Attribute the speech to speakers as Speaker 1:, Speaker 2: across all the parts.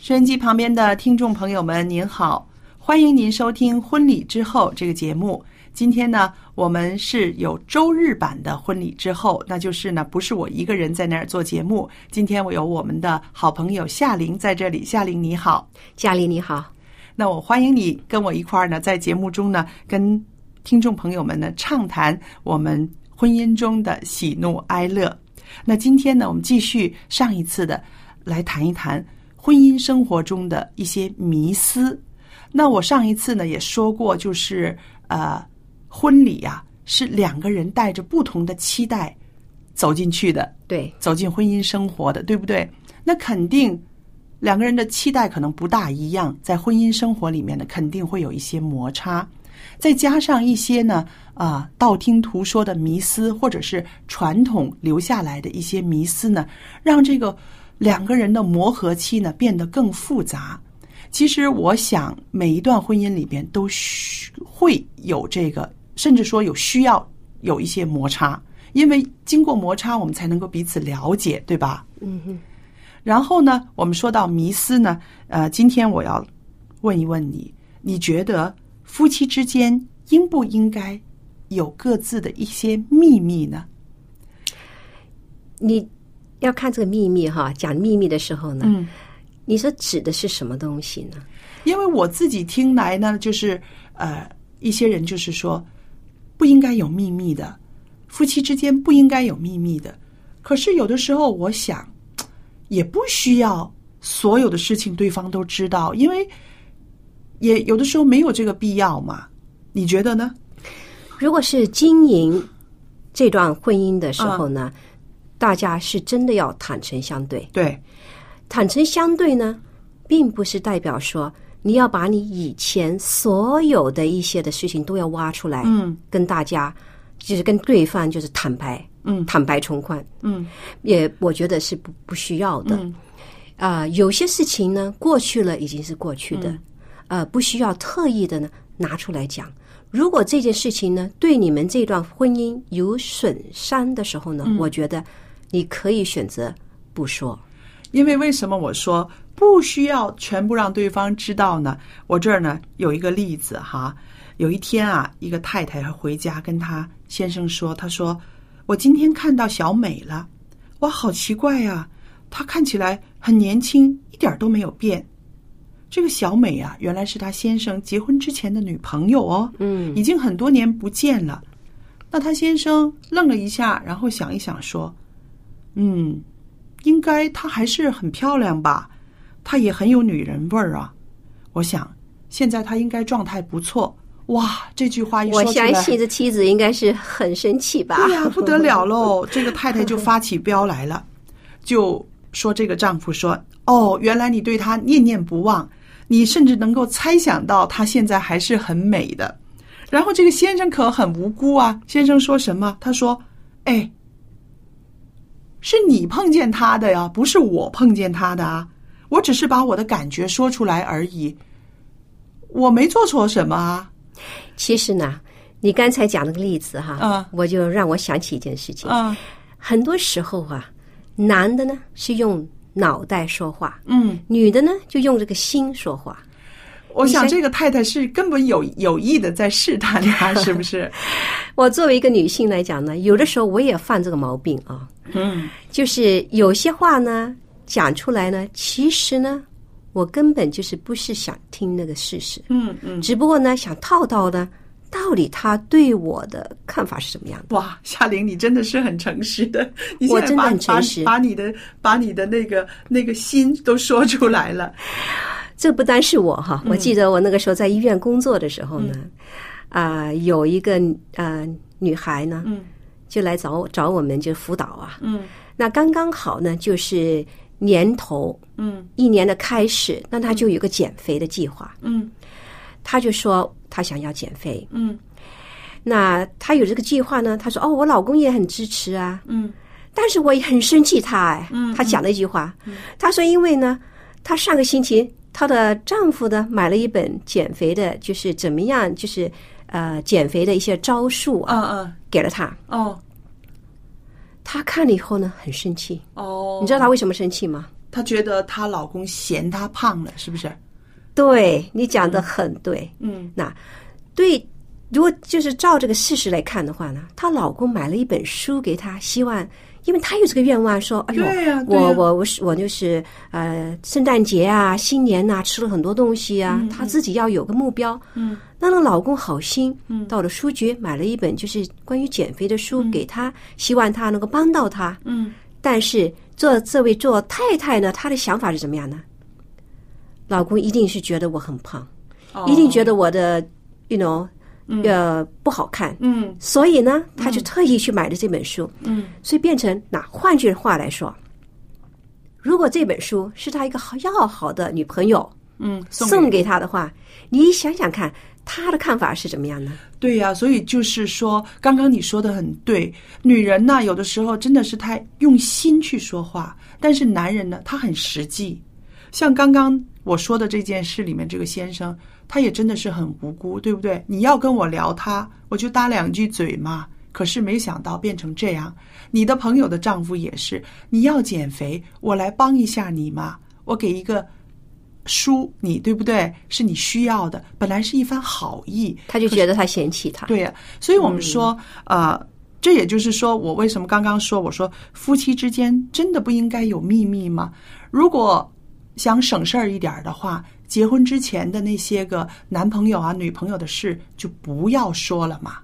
Speaker 1: 收音机旁边的听众朋友们，您好，欢迎您收听《婚礼之后》这个节目。今天呢，我们是有周日版的《婚礼之后》，那就是呢，不是我一个人在那儿做节目。今天我有我们的好朋友夏玲在这里，夏玲你好，
Speaker 2: 嘉玲你好，
Speaker 1: 那我欢迎你跟我一块儿呢，在节目中呢，跟听众朋友们呢畅谈我们婚姻中的喜怒哀乐。那今天呢，我们继续上一次的来谈一谈婚姻生活中的一些迷思。那我上一次呢也说过，就是呃，婚礼呀、是两个人带着不同的期待走进去的，
Speaker 2: 对
Speaker 1: 走进婚姻生活的，对不对？那肯定两个人的期待可能不大一样，在婚姻生活里面呢，肯定会有一些摩擦，再加上一些呢啊、道听途说的迷思，或者是传统留下来的一些迷思呢，让这个两个人的磨合期呢变得更复杂。其实我想，每一段婚姻里边都需会有这个，甚至说有需要有一些摩擦，因为经过摩擦，我们才能够彼此了解，对吧？嗯然后呢，我们说到迷思呢，呃，今天我要问一问你，你觉得夫妻之间应不应该有各自的一些秘密呢？
Speaker 2: 你要看这个秘密哈，讲秘密的时候呢，
Speaker 1: 嗯
Speaker 2: 你所指的是什么东西呢？
Speaker 1: 因为我自己听来呢，就是呃，一些人就是说不应该有秘密的，夫妻之间不应该有秘密的。可是有的时候，我想嗯也不需要所有的事情对方都知道，因为也有的时候没有这个必要嘛。你觉得呢？
Speaker 2: 如果是经营这段婚姻的时候呢，大家是真的要坦诚相对。
Speaker 1: 对，
Speaker 2: 坦诚相对呢，并不是代表说你要把你以前所有的一些的事情都要挖出来，
Speaker 1: 嗯，
Speaker 2: 跟大家就是跟对方就是坦白，
Speaker 1: 嗯
Speaker 2: 坦白从宽，
Speaker 1: 嗯
Speaker 2: 也我觉得是不不需要的。
Speaker 1: 嗯
Speaker 2: 啊、有些事情呢，过去了已经是过去
Speaker 1: 嗯
Speaker 2: 的，呃，不需要特意的呢拿出来讲。如果这件事情呢对你们这段婚姻有损伤的时候呢，
Speaker 1: 嗯
Speaker 2: 我觉得你可以选择不说。
Speaker 1: 因为为什么我说不需要全部让对方知道呢？我这儿呢有一个例子哈，有一天啊，一个太太回家跟她先生说，她说我今天看到小美了，哇，好奇怪呀、她看起来很年轻，一点儿都没有变。这个小美啊，原来是她先生结婚之前的女朋友哦，
Speaker 2: 嗯
Speaker 1: 已经很多年不见了。那她先生愣了一下，然后想一想说：“嗯，应该她还是很漂亮吧，她也很有女人味儿啊。我想现在她应该状态不错。”哇，这句话一啊说
Speaker 2: 我
Speaker 1: 出来，
Speaker 2: 相信这妻子应该是很生气吧？
Speaker 1: 对呀、不得了喽！这个太太就发起飙来了，就说这个丈夫说：“哦，原来你对她念念不忘，你甚至能够猜想到她现在还是很美的。”然后这个先生可很无辜啊，先生说什么？他说：“哎，是你碰见她的呀，不是我碰见她的啊。我只是把我的感觉说出来而已，我没做错什么啊。
Speaker 2: 其实呢，你刚才讲那个例子哈，
Speaker 1: 嗯
Speaker 2: 我就让我想起一件事情。
Speaker 1: 啊，
Speaker 2: 很多时候啊，男的呢是用脑袋说话，
Speaker 1: 嗯，
Speaker 2: 女的呢就用这个心说话。
Speaker 1: 我想
Speaker 2: 你先
Speaker 1: 这个太太是根本有有意的在试探 他，是不是？
Speaker 2: 我作为一个女性来讲呢，有的时候我也犯这个毛病啊，
Speaker 1: 嗯
Speaker 2: 就是有些话呢讲出来呢，其实呢我根本就是不是想听那个事实，
Speaker 1: 嗯嗯，
Speaker 2: 只不过呢想套到呢到底他对我的看法是什么样的。
Speaker 1: 哇，夏玲，你真的是很诚实的，你现
Speaker 2: 我
Speaker 1: 在
Speaker 2: 真的
Speaker 1: 把
Speaker 2: 很
Speaker 1: 把
Speaker 2: 诚实
Speaker 1: 把你的把你的那个那个心都说出来了。
Speaker 2: 这不单是我
Speaker 1: 嗯
Speaker 2: 哈，我记得我那个时候在医院工作的时候呢，啊、有一个呃女孩呢，
Speaker 1: 嗯
Speaker 2: 就来找我找我们就辅导啊。
Speaker 1: 嗯
Speaker 2: 那刚刚好呢，就是年头
Speaker 1: 嗯
Speaker 2: 一年的开始，那她就有个减肥的计划，
Speaker 1: 嗯
Speaker 2: 她就说她想要减肥。
Speaker 1: 嗯
Speaker 2: 那她有这个计划呢，她说哦，我老公也很支持啊，
Speaker 1: 嗯
Speaker 2: 但是我也很生气她哎，她讲了一句话，她说因为呢，她上个星期她的丈夫呢买了一本减肥的，就是怎么样，就是呃减肥的一些招数啊，
Speaker 1: 嗯嗯，
Speaker 2: 给了她，
Speaker 1: 哦
Speaker 2: 她看了以后呢很生气，
Speaker 1: 哦，
Speaker 2: 你知道她为什么生气吗？
Speaker 1: 她觉得她老公嫌她胖了，是不是？
Speaker 2: 对你讲的很对，
Speaker 1: 嗯
Speaker 2: 那对。如果就是照这个事实来看的话呢，她老公买了一本书给她，希望，因为她有这个愿望，说，哎呦，
Speaker 1: 对呀对呀
Speaker 2: 我我我是我就是呃，圣诞节啊，新年呐、吃了很多东西啊，她自己要有个目标。
Speaker 1: 嗯，
Speaker 2: 那那老公好心，到了书局买了一本就是关于减肥的书给她，希望她能够帮到她。
Speaker 1: 嗯
Speaker 2: 但是做这位做太太呢，她的想法是怎么样呢？老公一定是觉得我很胖，
Speaker 1: 哦
Speaker 2: 一定觉得我的，you know，、呃，不好看。
Speaker 1: 嗯
Speaker 2: 所以呢，她就特意去买了这本书，
Speaker 1: 嗯
Speaker 2: 所以变成那换句话来说，如果这本书是她一个好要好的女朋友
Speaker 1: 嗯，
Speaker 2: 送给她的话，你想想看，她的看法是怎么样呢？
Speaker 1: 对呀、所以就是说，刚刚你说的很对，女人呢，有的时候真的是太用心去说话，但是男人呢，他很实际。像刚刚我说的这件事里面，这个先生他也真的是很无辜，对不对？你要跟我聊他，我就搭两句嘴嘛。可是没想到变成这样，你的朋友的丈夫也是，你要减肥，我来帮一下你嘛，我给一个书你，对不对？是你需要的，本来是一番好意，
Speaker 2: 她就觉得她嫌弃她。
Speaker 1: 对呀、所以我们说，呃，这也就是说，我为什么刚刚说，我说夫妻之间真的不应该有秘密吗？如果想省事儿一点儿的话，结婚之前的那些个男朋友啊、女朋友的事就不要说了嘛。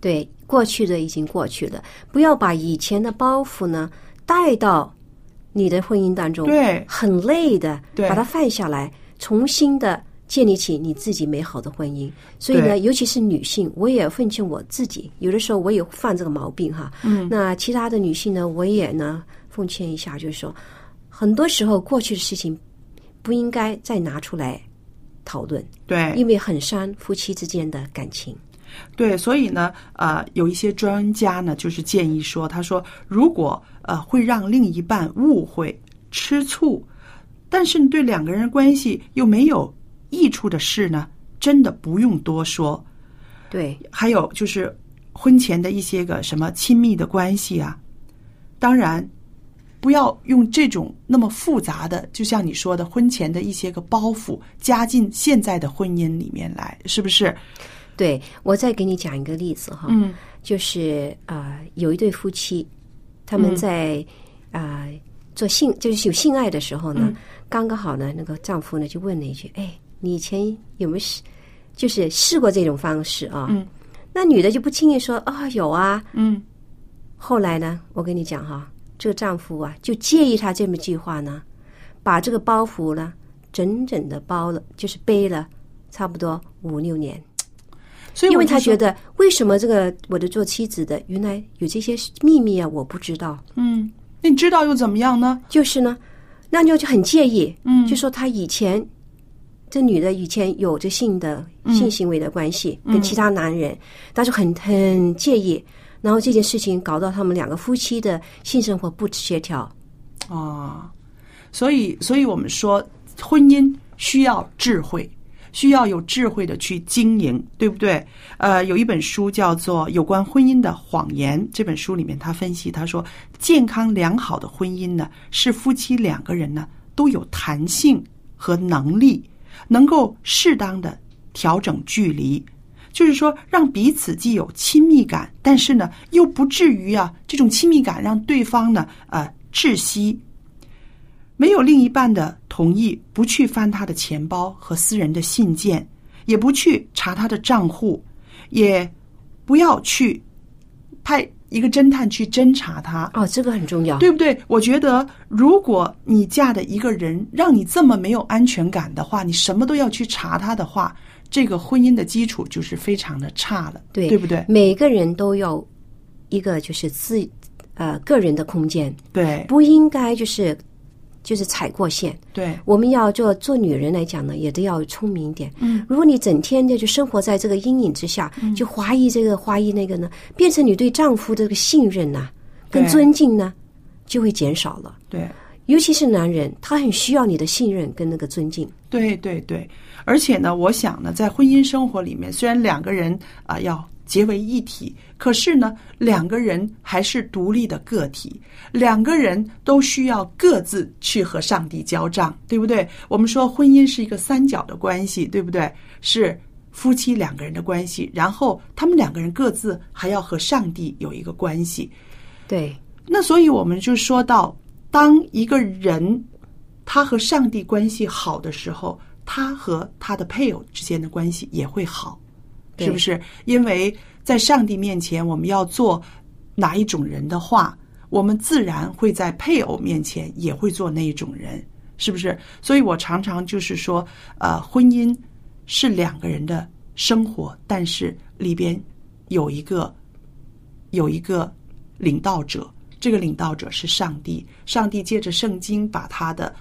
Speaker 2: 对，过去的已经过去了，不要把以前的包袱呢带到你的婚姻当中，
Speaker 1: 对
Speaker 2: 很累的，
Speaker 1: 对
Speaker 2: 把它放下来，重新的建立起你自己美好的婚姻。所以呢，
Speaker 1: 对
Speaker 2: 尤其是女性，我也奉劝我自己，有的时候我也犯这个毛病哈。嗯，那其他的女性呢，我也呢奉劝一下，就是说，很多时候过去的事情不应该再拿出来讨论，
Speaker 1: 对，
Speaker 2: 因为很伤夫妻之间的感情。
Speaker 1: 对，所以呢，呃，有一些专家呢，就是建议说，他说，如果呃会让另一半误会、吃醋，但是对两个人关系又没有益处的事呢，真的不用多说。
Speaker 2: 对，
Speaker 1: 还有就是婚前的一些个什么亲密的关系啊，当然不要用这种那么复杂的，就像你说的婚前的一些个包袱加进现在的婚姻里面来，是不是？
Speaker 2: 对，我再给你讲一个例子哈，
Speaker 1: 嗯
Speaker 2: 就是啊、呃有一对夫妻，他
Speaker 1: 嗯
Speaker 2: 们在啊、呃做性就是有性爱的时候呢，
Speaker 1: 嗯
Speaker 2: 刚刚好呢，那个丈夫呢就问了一句：“哎，你以前有没有试，就是试过这种方式啊？”
Speaker 1: 嗯
Speaker 2: 那女的就不轻易说：“啊、有啊。
Speaker 1: 嗯”
Speaker 2: 后来呢，我跟你讲哈，这个丈夫啊就介意她这么一句话呢，把这个包袱呢整整的包了，就是背了差不多五六年。
Speaker 1: 所以
Speaker 2: 因
Speaker 1: 我
Speaker 2: 为
Speaker 1: 就
Speaker 2: 他
Speaker 1: 说
Speaker 2: 觉得为什么这个我的做妻子的原来有这些秘密啊，我不知道。
Speaker 1: 嗯，那你知道又怎么样呢？
Speaker 2: 就是呢，那就就很介意，嗯，就说他以前这女的以前有着性的
Speaker 1: 嗯
Speaker 2: 性行为的关系、跟其他男人，但是很很介意，然后这件事情搞到他们两个夫妻的性生活不协调，
Speaker 1: 啊，所以，所以我们说，婚姻需要智慧，需要有智慧的去经营，对不对？呃，有一本书叫做《有关婚姻的谎言》，这本书里面他分析，他说，健康良好的婚姻呢，是夫妻两个人呢都有弹性和能力，能够适当的调整距离。就是说，让彼此既有亲密感，但是呢，又不至于啊，这种亲密感让对方呢，呃，窒息，没有另一半的同意，不去翻他的钱包和私人的信件，也不去查他的账户，也不要去派一个侦探去侦查他，
Speaker 2: 哦，这个很重要。
Speaker 1: 对不对？我觉得，如果你嫁的一个人让你这么没有安全感的话，你什么都要去查他的话，这个婚姻的基础就是非常的差了，
Speaker 2: 对
Speaker 1: 对不对？
Speaker 2: 每个人都有一个就是自呃个人的空间，
Speaker 1: 对
Speaker 2: 不应该就是就是踩过线。
Speaker 1: 对
Speaker 2: 我们要做做女人来讲呢，也都要聪明一点。嗯，如果你整天的就生活在这个阴影之下，就怀疑这个怀疑那个呢，变成你对丈夫的这个信任呐、跟
Speaker 1: 对
Speaker 2: 尊敬呢，就会减少了。
Speaker 1: 对
Speaker 2: 尤其是男人，他很需要你的信任跟那个尊敬。
Speaker 1: 对对对，而且呢，我想呢，在婚姻生活里面，虽然两个人啊、要结为一体，可是呢，两个人还是独立的个体，两个人都需要各自去和上帝交账，对不对？我们说婚姻是一个三角的关系，对不对？是夫妻两个人的关系，然后他们两个人各自还要和上帝有一个关系，
Speaker 2: 对，
Speaker 1: 那所以我们就说到，当一个人他和上帝关系好的时候，他和他的配偶之间的关系也会好，
Speaker 2: 对
Speaker 1: 是不是？因为在上帝面前，我们要做哪一种人的话，我们自然会在配偶面前也会做那一种人，是不是？所以我常常就是说，呃，婚姻是两个人的生活，但是里边有一个有一个领导者，这个领导者是上帝。上帝借着圣经把他的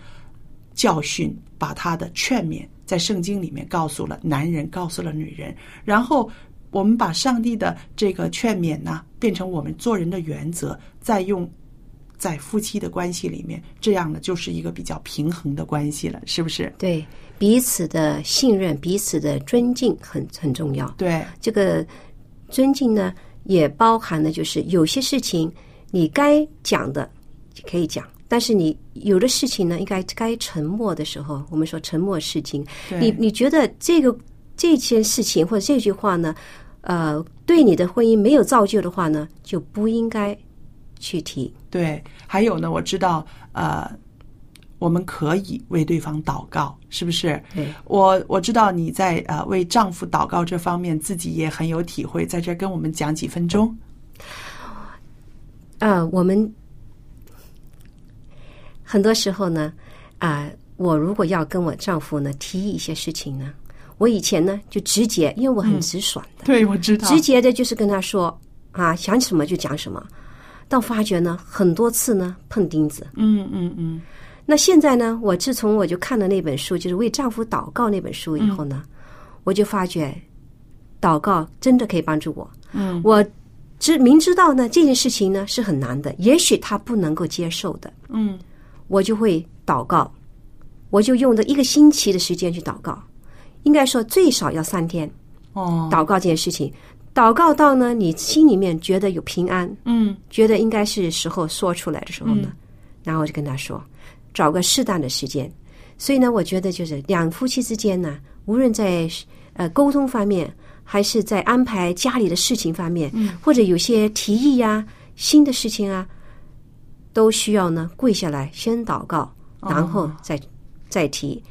Speaker 1: 教训、把他的劝勉，在圣经里面告诉了男人，告诉了女人。然后我们把上帝的这个劝勉呢，变成我们做人的原则，再用。在夫妻的关系里面，这样呢就是一个比较平衡的关系了，是不是？
Speaker 2: 对，彼此的信任、彼此的尊敬很很重要。
Speaker 1: 对，
Speaker 2: 这个尊敬呢，也包含了就是有些事情你该讲的可以讲，但是你有的事情呢，应该该沉默的时候，我们说沉默是金。
Speaker 1: 对
Speaker 2: 你你觉得这个这件事情或者这句话呢，呃，对你的婚姻没有造就的话呢，就不应该去提。
Speaker 1: 对，还有呢，我知道，呃，我们可以为对方祷告，是不是？
Speaker 2: 对，
Speaker 1: 我我知道你在呃为丈夫祷告这方面自己也很有体会，在这儿跟我们讲几分钟。
Speaker 2: 呃，我们很多时候呢，啊、我如果要跟我丈夫呢提议一些事情呢，我以前呢就直接，因为我很直爽的，
Speaker 1: 对，我嗯知道
Speaker 2: 直接的就是跟他说啊，想什么就讲什么。但发觉呢，很多次呢碰钉子。
Speaker 1: 嗯嗯嗯，
Speaker 2: 那现在呢，我自从我就看了那本书，就是《为丈夫祷告》那本书以后呢，我就发觉，祷告真的可以帮助我。嗯，我知明知道呢这件事情呢是很难的，也许他不能够接受的。嗯，我就会祷告，我就用了一个星期的时间去祷告，应该说最少要三天。
Speaker 1: 哦，
Speaker 2: 祷告这件事情，祷告到呢你心里面觉得有平安，
Speaker 1: 嗯，
Speaker 2: 觉得应该是时候说出来的时候呢，然后我就跟他说，找个适当的时间。所以呢，我觉得就是两夫妻之间呢，无论在呃沟通方面，还是在安排家里的事情方面，或者有些提议呀、新的事情啊，都需要呢跪下来先祷告，然后再、再提。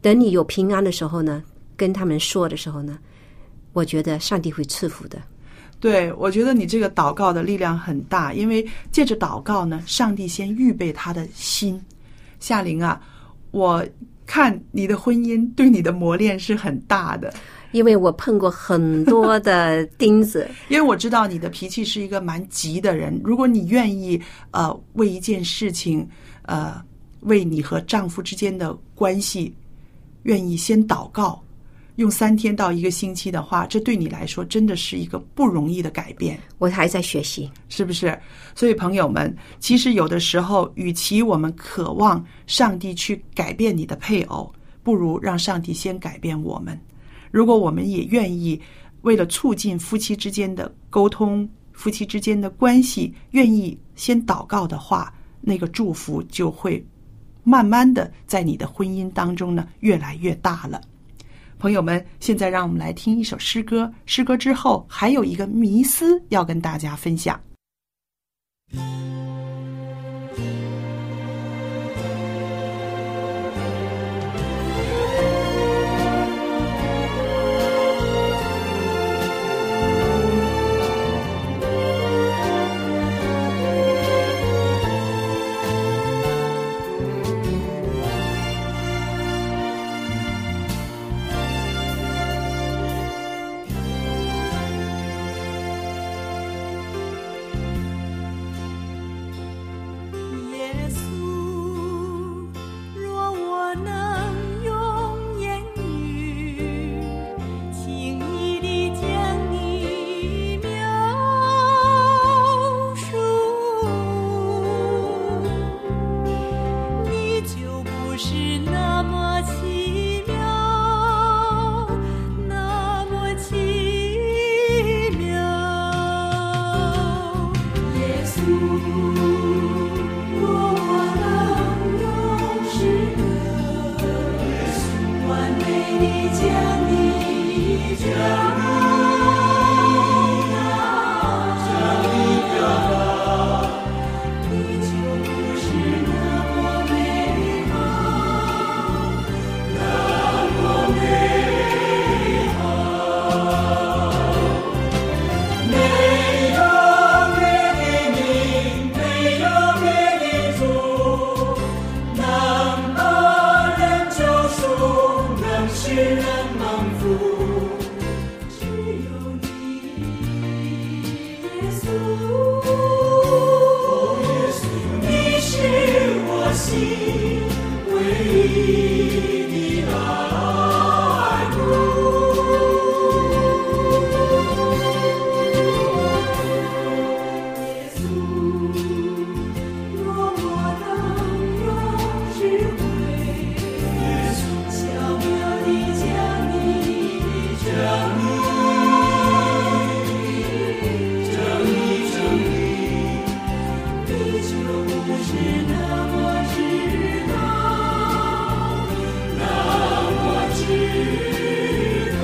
Speaker 2: 等你有平安的时候呢，跟他们说的时候呢，我觉得上帝会赐福的。
Speaker 1: 对，我觉得你这个祷告的力量很大，因为借着祷告呢，上帝先预备他的心。夏玲啊，我看你的婚姻对你的磨练是很大的，
Speaker 2: 因为我碰过很多的钉子，
Speaker 1: 因为我知道你的脾气是一个蛮急的人。如果你愿意，呃，为一件事情，呃，为你和丈夫之间的关系，愿意先祷告，用三天到一个星期的话，这对你来说真的是一个不容易的改变。
Speaker 2: 我还在学习，
Speaker 1: 是不是？所以朋友们，其实有的时候，与其我们渴望上帝去改变你的配偶，不如让上帝先改变我们。如果我们也愿意，为了促进夫妻之间的沟通、夫妻之间的关系，愿意先祷告的话，那个祝福就会慢慢的在你的婚姻当中呢越来越大了。朋友们，现在让我们来听一首诗歌。诗歌之后还有一个迷思要跟大家分享。
Speaker 3: 耶稣，若我能用言语轻易地将你描述，你就不是那么奇妙，那么奇妙。耶稣，若我能用诗歌，完美地将你全表达，你就不是那么美好。没有别的名，没有别的主，能把人救赎，能使人蒙福，只有你，耶稣。你是我心唯一的爱慕。耶稣，若我能用智慧，巧妙地将你整理，整理，整理，你就不是那么知道，那么知道。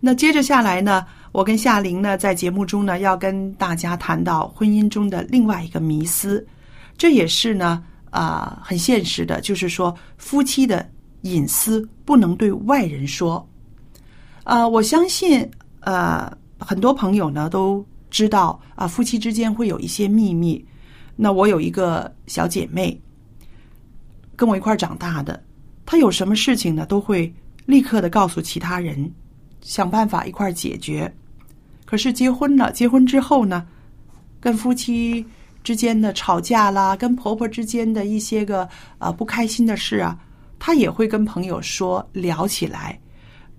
Speaker 1: 那接着下来呢，我跟夏琳呢在节目中呢要跟大家谈到婚姻中的另外一个迷思，这也是呢啊、呃很现实的，就是说夫妻的隐私不能对外人说。呃，我相信呃很多朋友呢都知道啊、夫妻之间会有一些秘密。那我有一个小姐妹，跟我一块儿长大的，她有什么事情呢都会立刻的告诉其他人。想办法一块儿解决。可是结婚了，结婚之后呢，跟夫妻之间的吵架啦，跟婆婆之间的一些个呃不开心的事啊，她也会跟朋友说聊起来，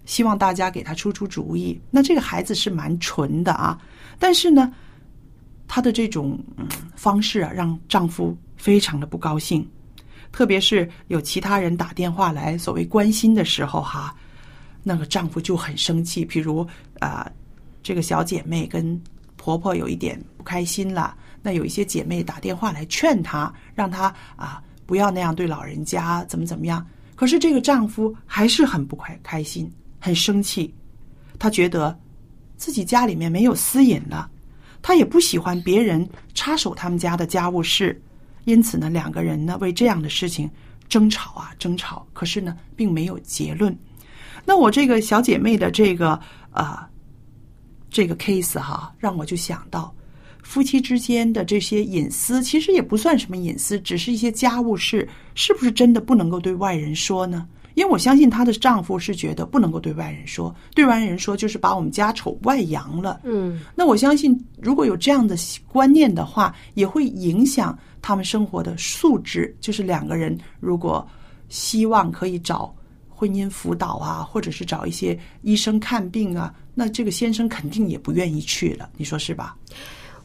Speaker 1: 希望大家给她出出主意。那这个孩子是蛮纯的啊，但是呢，她的这种、嗯、方式啊，让丈夫非常的不高兴。特别是有其他人打电话来所谓关心的时候哈、那个丈夫就很生气。譬如啊、呃这个小姐妹跟婆婆有一点不开心了，那有一些姐妹打电话来劝她，让她啊、不要那样对老人家，怎么怎么样。可是这个丈夫还是很不快开心，很生气。他觉得自己家里面没有私隐了，他也不喜欢别人插手他们家的家务事，因此呢，两个人呢为这样的事情争吵啊争吵，可是呢并没有结论。那我这个小姐妹的这个呃这个 case 哈，让我就想到夫妻之间的这些隐私，其实也不算什么隐私，只是一些家务事，是不是真的不能够对外人说呢？因为我相信她的丈夫是觉得不能够对外人说，对外人说就是把我们家丑外扬了。
Speaker 2: 嗯，
Speaker 1: 那我相信，如果有这样的习观念的话，也会影响他们生活的素质。就是两个人如果希望可以找婚姻辅导啊，或者是找一些医生看病啊，那这个先生肯定也不愿意去了，你说是吧？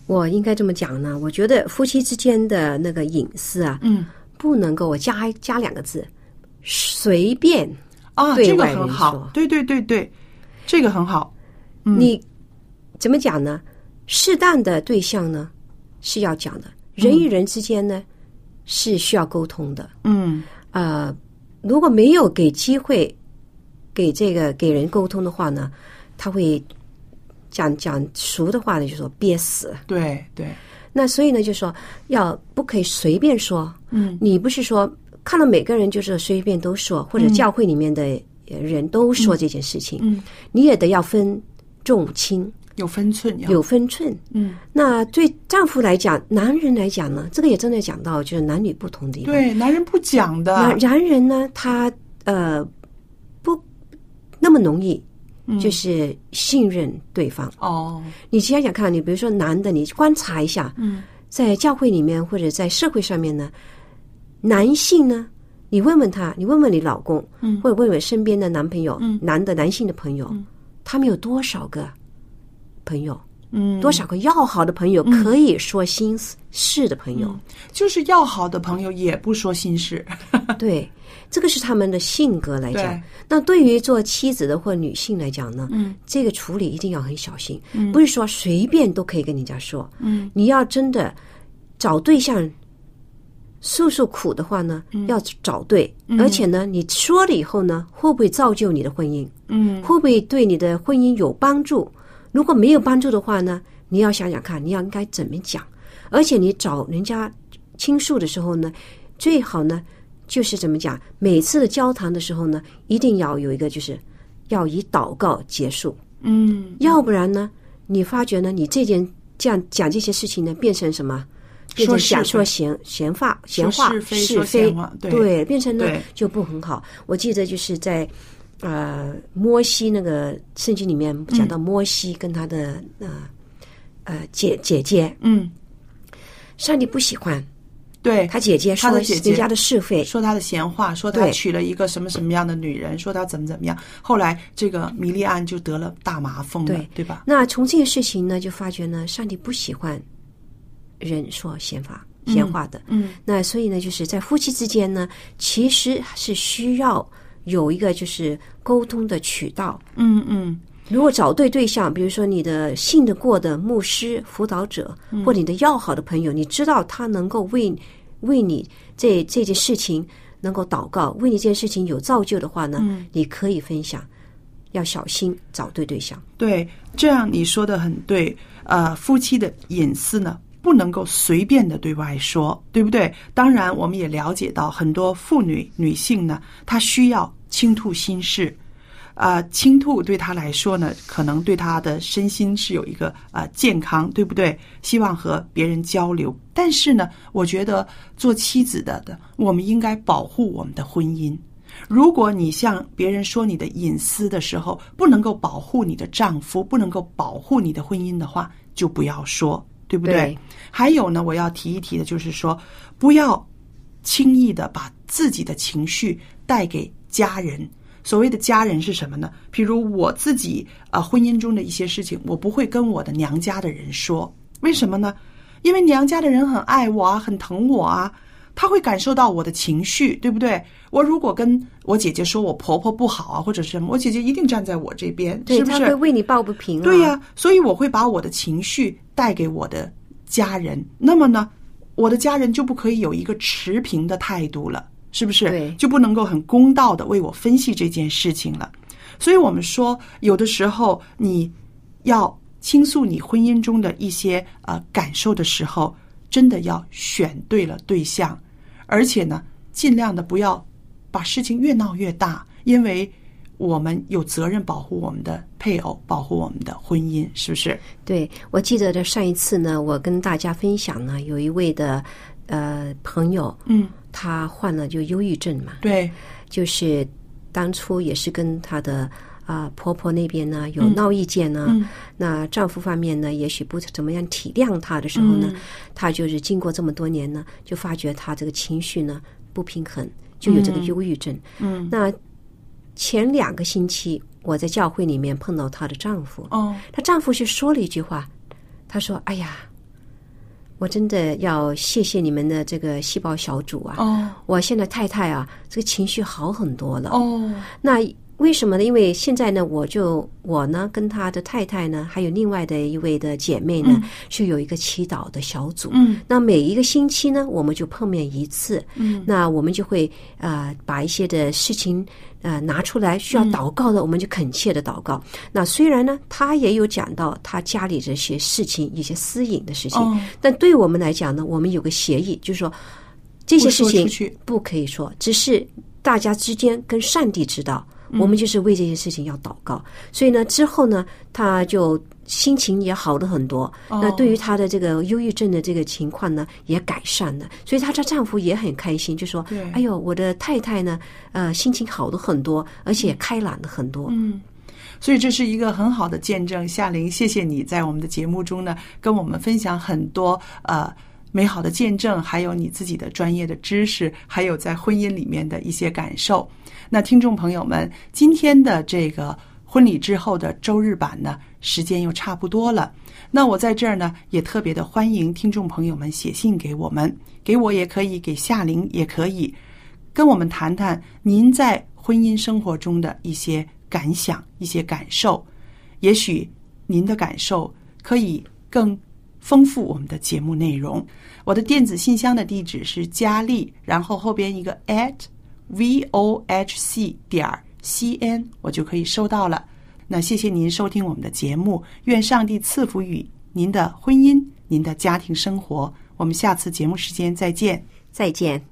Speaker 2: 我应该这么讲呢。我觉得夫妻之间的那个隐私啊，
Speaker 1: 嗯，
Speaker 2: 不能够我加加两个字，随便。
Speaker 1: 啊，
Speaker 2: 对
Speaker 1: 这个
Speaker 2: 外
Speaker 1: 很
Speaker 2: 人
Speaker 1: 好
Speaker 2: 说，
Speaker 1: 对对对对，这个很好。
Speaker 2: 你怎么讲呢？适当的对象呢是要讲的，人与人之间呢、是需要沟通的。
Speaker 1: 嗯
Speaker 2: 呃，如果没有给机会给这个给人沟通的话呢，他会讲讲俗的话呢，就说憋死。
Speaker 1: 对对，
Speaker 2: 那所以呢，就说要不可以随便说。
Speaker 1: 嗯，
Speaker 2: 你不是说看到每个人就是随便都说，或者教会里面的呃人都说这件事情，
Speaker 1: 嗯嗯嗯
Speaker 2: 你也得要分重轻，
Speaker 1: 有分寸要，
Speaker 2: 有分寸。
Speaker 1: 嗯，
Speaker 2: 那对丈夫来讲，男人来讲呢，这个也真的讲到就是男女不同的地方。
Speaker 1: 对，啊男人不讲
Speaker 2: 男
Speaker 1: 的，
Speaker 2: 男人呢，他呃不那么容易，
Speaker 1: 嗯
Speaker 2: 就是信任对方。
Speaker 1: 哦，
Speaker 2: 你想想看，你比如说男的，你观察一下，
Speaker 1: 嗯，
Speaker 2: 在教会里面或者在社会上面呢，男性呢，你问问他，你问问你老公，
Speaker 1: 嗯
Speaker 2: 或者问问身边的男朋友，
Speaker 1: 嗯
Speaker 2: 男的男性的朋友，他们有多少个朋友，
Speaker 1: 嗯，
Speaker 2: 多少个要好的朋友，可以说心事的朋友，
Speaker 1: 就是要好的朋友也不说心事，
Speaker 2: 对，这个是他们的性格来
Speaker 1: 嗯对
Speaker 2: 讲。那对于做妻子的或女性来讲呢，
Speaker 1: 嗯，
Speaker 2: 这个处理一定要很小心，不是说随便都可以跟人家说。
Speaker 1: 嗯，
Speaker 2: 你要真的找对象诉诉苦的话呢，
Speaker 1: 嗯
Speaker 2: 要找对，而且呢，你说了以后呢，会不会造就你的婚姻？
Speaker 1: 嗯，
Speaker 2: 会不会对你的婚姻有帮助？如果没有帮助的话呢，你要想想看，你要应该怎么讲？而且你找人家倾诉的时候呢，最好呢就是怎么讲？每次的交谈的时候呢，一定要有一个就是要以祷告结束，
Speaker 1: 嗯，
Speaker 2: 要不然呢，你发觉呢，你这件这样讲这些事情呢，变成什么？变
Speaker 1: 说
Speaker 2: 成
Speaker 1: 是
Speaker 2: 讲
Speaker 1: 非
Speaker 2: 说闲闲话、闲话、
Speaker 1: 是非
Speaker 2: 是
Speaker 1: 说
Speaker 2: 非
Speaker 1: 闲话，对
Speaker 2: 变成呢
Speaker 1: 对
Speaker 2: 就不很好。我记得就是在呃摩西那个圣经里面讲
Speaker 1: 嗯
Speaker 2: 到摩西跟他的、呃呃姐姐姐，
Speaker 1: 嗯，
Speaker 2: 上帝不喜欢
Speaker 1: 对，
Speaker 2: 他姐姐
Speaker 1: 他
Speaker 2: 说
Speaker 1: 的姐姐
Speaker 2: 人家的是非，
Speaker 1: 说他的闲话，说他
Speaker 2: 对
Speaker 1: 娶了一个什么什么样的女人，说他怎么怎么样。后来这个米利安就得了大麻风了，对
Speaker 2: 对
Speaker 1: 吧？
Speaker 2: 那从这件事情呢，就发觉呢，上帝不喜欢人说闲话、闲话的。
Speaker 1: 嗯
Speaker 2: 那所以呢，就是在夫妻之间呢，其实是需要有一个就是沟通的渠道。
Speaker 1: 嗯嗯
Speaker 2: 如果找对对象，比如说你的信得过的牧师、辅导者，
Speaker 1: 嗯
Speaker 2: 或者你的要好的朋友，你知道他能够为为你这这件事情能够祷告，为你这件事情有造就的话呢，
Speaker 1: 嗯
Speaker 2: 你可以分享。要小心找对对象。
Speaker 1: 对，这样你说的很对。呃，夫妻的隐私呢，不能够随便的对外说，对不对？当然，我们也了解到很多妇女女性呢，她需要倾吐心事。啊、倾吐对她来说呢，可能对她的身心是有一个啊、呃健康，对不对？希望和别人交流。但是呢，我觉得做妻子的的，我们应该保护我们的婚姻。如果你向别人说你的隐私的时候，不能够保护你的丈夫，不能够保护你的婚姻的话，就不要说，对不对？
Speaker 2: 对
Speaker 1: 还有呢，我要提一提的就是说，不要轻易的把自己的情绪带给家人。所谓的家人是什么呢？譬如我自己啊、呃婚姻中的一些事情，我不会跟我的娘家的人说，为什么呢？因为娘家的人很爱我啊，很疼我啊，他会感受到我的情绪，对不对？我如果跟我姐姐说我婆婆不好啊，或者是什么，我姐姐一定站在我这边，
Speaker 2: 对，
Speaker 1: 是不
Speaker 2: 他
Speaker 1: 是？
Speaker 2: 会为你抱不平、啊。
Speaker 1: 对呀、所以我会把我的情绪带给我的家人。那么呢，我的家人就不可以有一个持平的态度了，是不是？
Speaker 2: 对
Speaker 1: 就不能够很公道的为我分析这件事情了。所以我们说，有的时候你要倾诉你婚姻中的一些呃感受的时候，真的要选对了对象，而且呢，尽量的不要把事情越闹越大，因为我们有责任保护我们的配偶，保护我们的婚姻，是不是？
Speaker 2: 对，我记得的上一次呢，我跟大家分享呢，有一位的呃朋友，
Speaker 1: 嗯，
Speaker 2: 他患了就忧郁症嘛，
Speaker 1: 对，
Speaker 2: 就是当初也是跟她的啊、婆婆那边呢有闹意见呢，
Speaker 1: 嗯
Speaker 2: 那丈夫方面呢也许不怎么样体谅她的时候
Speaker 1: 嗯
Speaker 2: 呢，她就是经过这么多年呢，就发觉她这个情绪呢不平衡，就有这个忧郁症。嗯，那前两个星期我在教会里面碰到她的丈夫，
Speaker 1: 哦，
Speaker 2: 她丈夫就说了一句话，他说：“哎呀。”我真的要谢谢你们的这个细胞小组啊！
Speaker 1: 哦，
Speaker 2: 我现在太太啊，这个情绪好很多了。
Speaker 1: 哦，
Speaker 2: 那为什么呢？因为现在呢，我就我呢跟他的太太呢，还有另外的一位的姐妹呢，是有一个祈祷的小组。
Speaker 1: 嗯，
Speaker 2: 那每一个星期呢，我们就碰面一次。嗯，那我们就会呃把一些的事情呃拿出来，需
Speaker 1: 嗯
Speaker 2: 要祷告的，我们就恳切的祷告。那虽然呢，他也有讲到他家里这些事情，一些私隐的事情，
Speaker 1: 哦
Speaker 2: 但对我们来讲呢，我们有个协议，就是说这些事
Speaker 1: 不说
Speaker 2: 情
Speaker 1: 出去
Speaker 2: 不可以说，只是大家之间跟上帝知道，
Speaker 1: 嗯
Speaker 2: 我们就是为这件事情要祷告。所以呢，之后呢，他就心情也好了很多。
Speaker 1: 哦
Speaker 2: 那对于他的这个忧郁症的这个情况呢，也改善了。所以她的丈夫也很开心，就说
Speaker 1: 对：“
Speaker 2: 哎呦，我的太太呢，呃，心情好了很多，而
Speaker 1: 嗯
Speaker 2: 且开朗了很多。”嗯，
Speaker 1: 所以这是一个很好的见证。夏玲，谢谢你在我们的节目中呢，跟我们分享很多呃美好的见证，还有你自己的专业的知识，还有在婚姻里面的一些感受。那听众朋友们，今天的这个婚礼之后的周日版呢，时间又差不多了。那我在这儿呢，也特别的欢迎听众朋友们写信给我们，给我也可以，给夏玲也可以。跟我们谈谈您在婚姻生活中的一些感想、一些感受。也许您的感受可以更丰富我们的节目内容。我的电子信箱的地址是佳丽，然后后边一个 at v o h c 点 c n，我就可以收到了。那谢谢您收听我们的节目，愿上帝赐福于您的婚姻、您的家庭生活。我们下次节目时间再见。
Speaker 2: 再见。